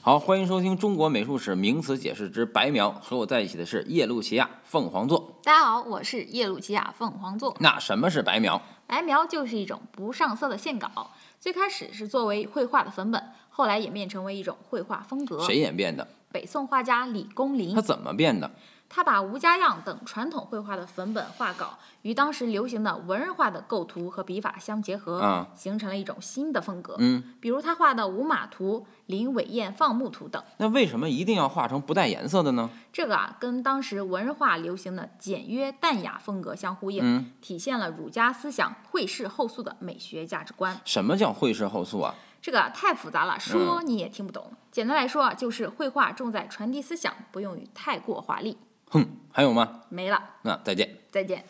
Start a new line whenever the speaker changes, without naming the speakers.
好，欢迎收听《中国美术史名词解释之白描》，和我在一起的是耶路齐亚凤凰座。
大家好，我是耶鲁奇亚凤凰座。
那什么是白描？
白描就是一种不上色的线稿，最开始是作为绘画的粉本，后来演变成为一种绘画风格。
谁演变的？
北宋画家李公麟
它，怎么变的？
他把吴家样等传统绘画的粉本画稿与当时流行的文人画的构图和笔法相结合，
啊
形成了一种新的风格。
嗯，
比如他画的《五马图》《林尾雁放牧图》等，
那为什么一定要画成不带颜色的呢？
这个啊跟当时文人画流行的简约淡雅风格相呼应，
嗯
体现了儒家思想惠氏后素的美学价值观。
什么叫绘室后素啊？
这个太复杂了，说你也听不懂。简单来说啊，就是绘画重在传递思想，不用于太过华丽。
哼，还有吗？
没了，
那再见。
再见。